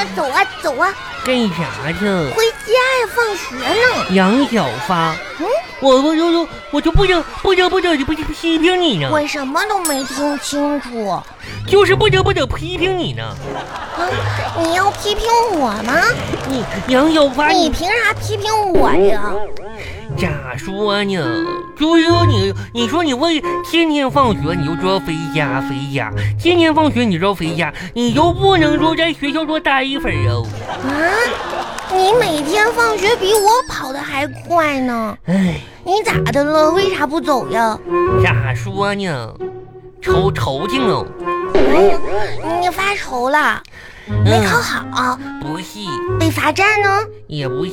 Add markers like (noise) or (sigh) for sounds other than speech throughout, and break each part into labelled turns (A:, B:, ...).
A: 啊？
B: 干啥去？
A: 回家呀，放学呢。
B: 杨小发，
A: 嗯，
B: 我我就就我就不想不想不想不想批评你呢，
A: 我什么都没听清楚。
B: 就是不想不想批评你呢。
A: 嗯，你要批评我吗？
B: 你杨小发，
A: 啊你
B: 你
A: 凭啥批评我呀？
B: 咋说呢？就是说你，你说你为天天放学你就知道回家回家，天天放学你知道回家，你就不能说在学校多待一会儿哦。
A: 啊，你每天放学比我跑的还快呢。
B: 哎，
A: 你咋的了？为啥不走呀？
B: 咋说呢？愁愁挺哦，
A: 哎呀，你发愁了，没考
B: 嗯，
A: 好，
B: 不是，
A: 被罚站呢？
B: 也不是。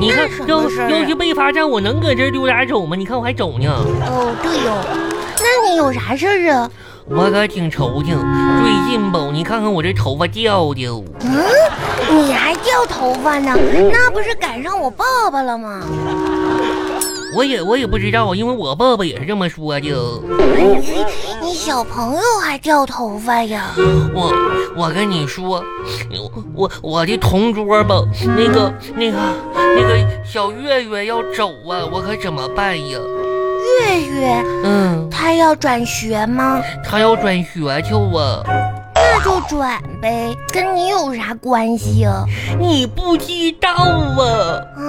B: 你看
A: 那什，么
B: 要
A: 事儿啊
B: 要是被罚站，我能搁这儿溜达走吗？你看我还走呢，
A: 哦，对哟、那你有啥事儿啊？
B: 我可挺愁挺。最近吧，你看看我这头发掉的哦，
A: 嗯，你还掉头发呢？那不是赶上我爸爸了吗？
B: 我也我也不知道，因为我爸爸也是这么说的哦。
A: 你你小朋友还掉头发呀？
B: 我我跟你说，我我我的同桌吧，那个那个那个小月月要走啊，我可怎么办呀？
A: 月月
B: 嗯，
A: 他要转学吗？
B: 她要转学去啊，
A: 那就转呗，跟你有啥关系啊？
B: 你不知道啊？
A: 啊，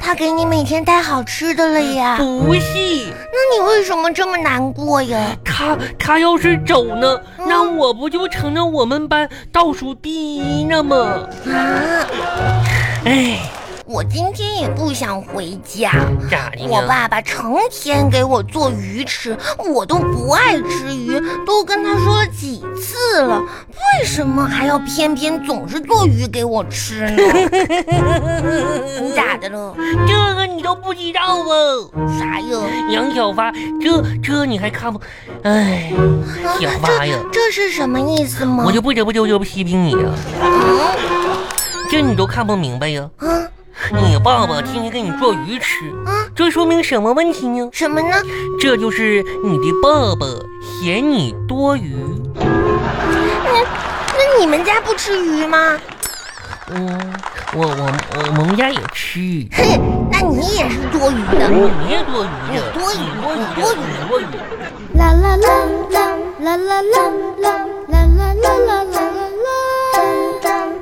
A: 他给你每天带好吃的了呀？
B: 不是，
A: 那你为什么这么难过呀？
B: 她她要是走呢，
A: 嗯
B: 那我不就成了我们班倒数第一了吗？
A: 啊，
B: 哎，
A: 我今天也不想回家。
B: 咋的
A: 我
B: 呢？
A: 爸爸成天给我做鱼吃，我都不爱吃鱼，都跟他说了几次了，为什么还要偏偏总是做鱼给我吃呢？ (laughs) 你咋的了？
B: 这个你都不知道啊？
A: 啥呀？
B: 杨小发，这这你还看不？哎，
A: 啊
B: 小八呀
A: 这这是什么意思吗？
B: 我就不得不就就批评你啊。这你都看不明白呀？
A: 嗯啊
B: 你爸爸天天给你做鱼吃，
A: 啊，
B: 这说明什么问题呢？
A: 什么呢？
B: 这就是你的爸爸嫌你多余。
A: 那你们家不吃鱼吗？
B: 嗯，我我我我们家也吃，你
A: 哼，那你也是多余的。
B: 也多余的，
A: 多余
B: 哎你多余的，
A: 多余
B: 你多余的。
C: 啦啦啦啦啦啦啦啦啦啦啦啦啦啦。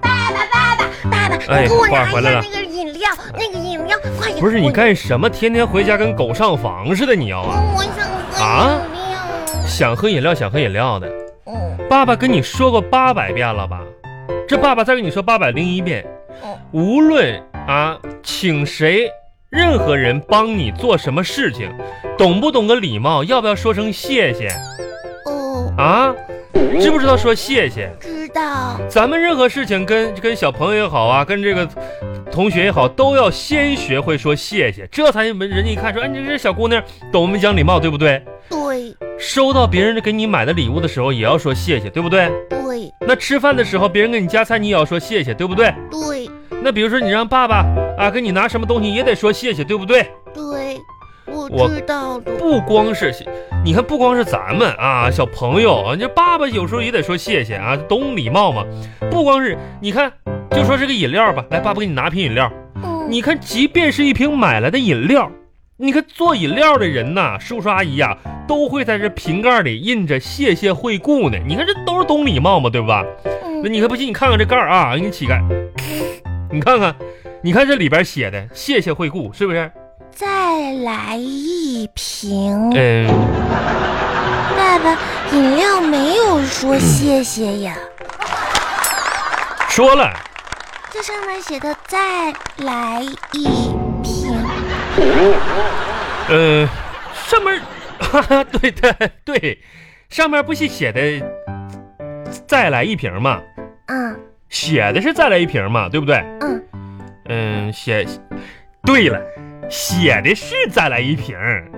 A: 爸爸，
D: 哎
A: 你给我
D: 爸
A: 拿一
D: 回来
A: 下
D: 了
A: 那个饮料，那个饮料，快点。
D: 不是你
A: 我
D: 干什么？天天回家跟狗上房似的，你要啊？
A: 我想喝饮料。啊
D: 想喝饮料，想喝饮料的。
A: 嗯，
D: 爸爸跟你说过八百遍了吧？这爸爸再跟你说八百零一遍
A: 嗯。
D: 无论啊，请谁、任何人帮你做什么事情，懂不懂个礼貌？要不要说声谢谢
A: 哦，
D: 啊？知不知道说谢谢？
A: 知道。
D: 咱们任何事情跟跟小朋友也好啊，跟这个同学也好，都要先学会说谢谢，这才人人家一看说，哎，你这小姑娘懂我们讲礼貌，对不对？
A: 对
D: 收到别人给你买的礼物的时候，也要说谢谢，对不对？
A: 对
D: 那吃饭的时候，别人给你夹菜，你也要说谢谢，对不对？
A: 对
D: 那比如说你让爸爸啊给你拿什么东西，也得说谢谢，对不对？
A: 对，我
D: 我
A: 知道了。
D: 不光是，你看，不光是咱们啊，小朋友啊，这爸爸有时候也得说谢谢啊，懂礼貌嘛。不光是，你看，就说这个饮料吧，来，爸爸给你拿瓶饮料。
A: 嗯，
D: 你看，即便是一瓶买来的饮料，你看做饮料的人呐、叔叔阿姨呀、都会在这瓶盖里印着“谢谢惠顾”呢。你看这都是懂礼貌嘛，对吧？那
A: 嗯
D: 你还不信？你看看这盖儿啊，给你乞丐，你看看，你看这里边写的“谢谢惠顾”是不是？
A: 再来一瓶。
D: 嗯，
A: 爸爸，饮料没有说谢谢呀，
D: 嗯说了，
A: 这上面写的再来一瓶。
D: 呃，上面，哈哈， (laughs) 对对对，上面不是写的“再来一瓶”吗？
A: 嗯
D: 写的是“再来一瓶”嘛，对不对？
A: 嗯，
D: 嗯，写，对了，写的是再来一瓶儿。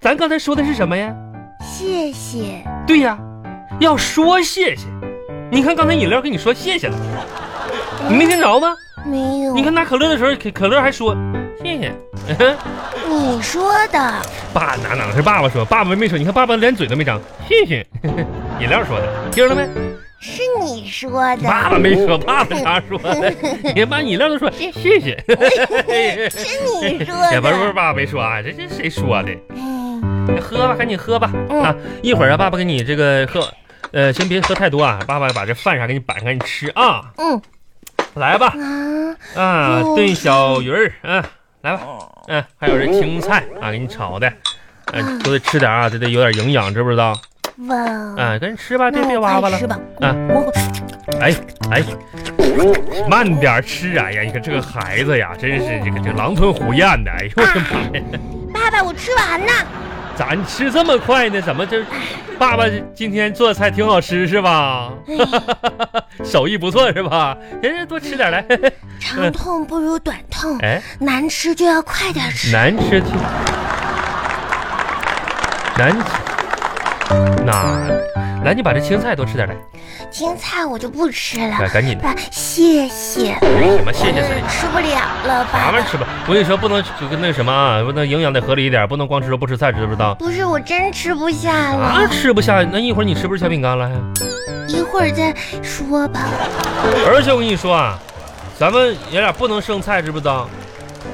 D: 咱刚才说的是什么呀？
A: 谢谢。
D: 对呀，要说谢谢。你看刚才饮料跟你说谢谢了，你没听着吗？
A: 没有，
D: 你看拿可乐的时候，可可乐还说谢 (laughs) 谢。
A: 你说的，
D: 爸哪 (laughs) 哪是爸爸说，爸爸没说，你看爸爸连嘴都没张，谢谢。饮料说的，听着没？
A: 是你说
D: 爸
A: 的，
D: 爸没说，爸爸啥说的？ (laughs) 连把饮料都说，谢谢。
A: 是你说
D: (laughs) 哎，不是不是，
A: 的。
D: 爸爸没说啊，这这谁说的？
A: 哎
D: 喝吧，赶紧喝吧。
A: 嗯
D: 啊，一会儿啊，爸爸给你这个喝，呃，先别喝太多啊，爸爸把这饭啥给你摆上，给你吃啊。
A: 嗯
D: 来吧，
A: 啊，
D: 啊，
A: 哦
D: 炖小鱼儿，嗯、来吧，嗯、还有这青菜啊，给你炒的，嗯、都得吃点啊，这得有点营养，知不知道？
A: 哇，
D: 嗯、赶紧吃吧，别
A: 那
D: 别
A: 我
D: 哇哇
A: 快
D: 了
A: 吃。吧，
D: 啊
A: 我
D: 哎哎，慢点吃啊！哎呀，你看这个孩子呀，真是这个这狼吞虎咽的。哎呦我的妈呀，
A: 爸爸我吃完了。
D: 咱吃这么快呢？怎么这？爸爸今天做的菜挺好吃是吧？ (laughs) 手艺不错是吧？人家多吃点来。
A: 长痛不如短痛，
D: 嗯哎，
A: 难吃就要快点吃。
D: 难吃挺难吃，那来你把这青菜多吃点来，
A: 青菜我就不吃了
D: 来，赶紧的。
A: 爸，谢谢，
D: 什么哎谢谢谁？
A: 吃不了了，
D: 啥
A: 爸
D: 玩意儿
A: 爸。
D: 吃吧？我跟你说，不能就跟那什么啊，不能营养得合理一点，不能光吃肉不吃菜，知不知道？
A: 不是，我真吃不下
D: 啊，
A: 了，
D: 吃不下，那一会儿你吃不是小饼干了？还？
A: 一会儿再说吧。
D: 而且我跟你说啊，咱们爷俩不能剩菜，知不知道？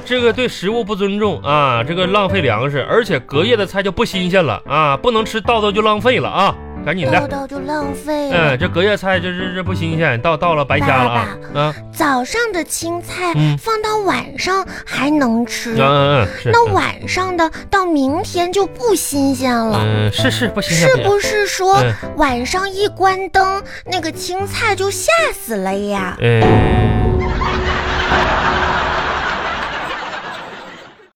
D: 这个对食物不尊重啊，这个浪费粮食，而且隔夜的菜就不新鲜了啊，不能吃到到就浪费了啊，赶紧
A: 唠
D: 的。
A: 叨就浪费了。
D: 嗯，这隔夜菜这这这不新鲜，到到了白瞎了啊啊，
A: 早上的青菜
D: 嗯
A: 放到晚上还能吃
D: 嗯，嗯嗯，是
A: 那晚上的到明天就不新鲜了。
D: 嗯是是不新鲜，
A: 是不是说
D: 嗯
A: 晚上一关灯，那个青菜就吓死了呀？
D: 嗯。